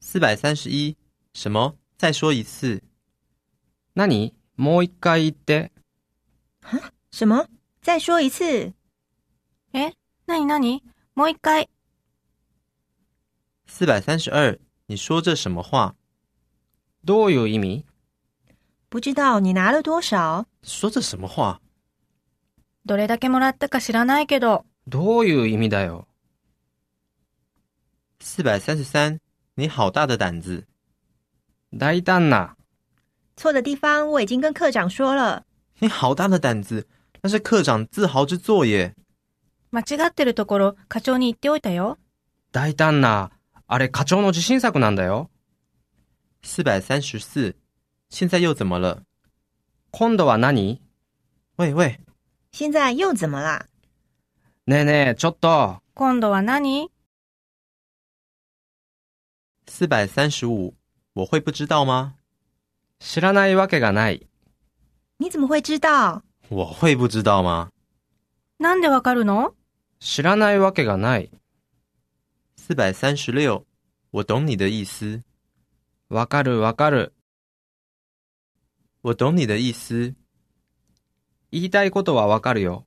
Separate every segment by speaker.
Speaker 1: 四百三十一。什么？再说一次。
Speaker 2: 何もう一回言って。
Speaker 3: 什么？再说一次。
Speaker 4: え、なになにもう一回。
Speaker 1: 四百三十二。你说这什么话？
Speaker 2: どういう意味
Speaker 3: 不知道你拿了多少？
Speaker 1: 说这什么话？
Speaker 4: どれだけもらったか知らないけど。
Speaker 2: どういう意味だよ。
Speaker 1: 四百三十三。你好大的胆子！
Speaker 2: 大胆な。
Speaker 3: 错的地方我已经跟科长说了。
Speaker 1: 你好大的胆子！那是课长自豪之作耶。
Speaker 4: 間違ってるところ、課長に言っておいたよ。
Speaker 2: 大胆な。あれ課長の自信作なんだよ。
Speaker 1: 四百三十四。现在又怎么了？
Speaker 2: 今度は何
Speaker 1: 喂喂，
Speaker 3: 现在又怎么啦？
Speaker 2: ねえねえ、ちょっと。
Speaker 4: 今度は何
Speaker 1: 四百三十五。我会不知道吗？
Speaker 2: 知らないわけがない。
Speaker 3: 你怎么会知道？
Speaker 1: 我会不知道吗？
Speaker 4: なんでわかるの
Speaker 2: 知らないわけがない。
Speaker 1: 四百三十六。我懂你的意思，
Speaker 2: わかるわかる。
Speaker 1: 我懂你的意思。
Speaker 2: 言いたいことはわかるよ。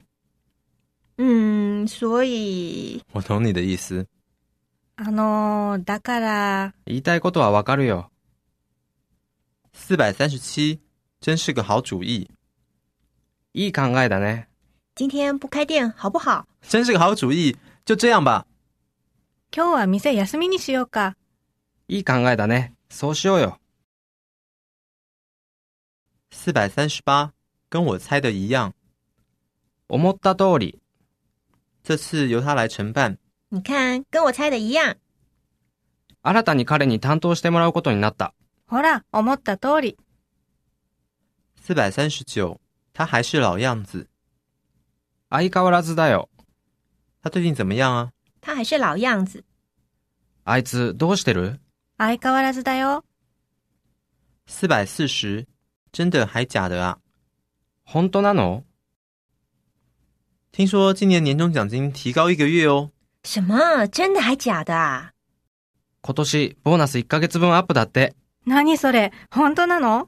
Speaker 3: 嗯，所以
Speaker 1: 我懂你的意思。
Speaker 4: あのー、だから、
Speaker 2: 言いたいことはわかるよ。
Speaker 1: 四百三十七。真是个好主意，
Speaker 2: いい考えだね。
Speaker 3: 今天不开店好不好？
Speaker 1: 真是个好主意。就这样吧。
Speaker 4: 今日は店休みにしようか。
Speaker 2: いい考えだね。そうしようよ。
Speaker 1: 四百三十八。跟我猜的一样，
Speaker 2: 思った通り。
Speaker 1: 这次由他来承办。
Speaker 3: 你看，跟我猜的一样。
Speaker 2: 新たに彼に担当してもらうことになった。
Speaker 4: ほら、思った通り。
Speaker 1: 四百三十九。他还是老样子。
Speaker 2: 相変わらずだよ。
Speaker 1: 他最近怎么样啊？
Speaker 3: 他还是老样子。
Speaker 2: あいつ、どうしてる
Speaker 4: 相変わらずだよ。
Speaker 1: 四百四十，真的还假的啊？
Speaker 2: 本当なの
Speaker 1: 听说今年年终奖金提高一个月哦。
Speaker 3: 什么？真的还假的啊？
Speaker 2: 今年、ボーナス1ヶ月分アップだって。
Speaker 4: 何それ、本当なの